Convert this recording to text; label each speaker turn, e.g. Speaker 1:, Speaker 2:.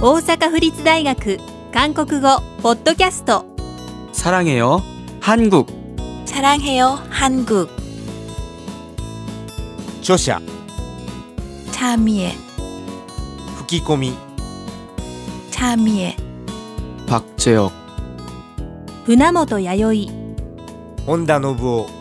Speaker 1: 大阪府立大学韓国語ポッドキャスト
Speaker 2: 사랑해요. 한국.
Speaker 3: 사랑해요 한국
Speaker 4: 著者
Speaker 3: 차미애
Speaker 4: 吹き込み
Speaker 3: 차미애
Speaker 2: 박재혁.
Speaker 1: 船本弥生
Speaker 4: 本田信夫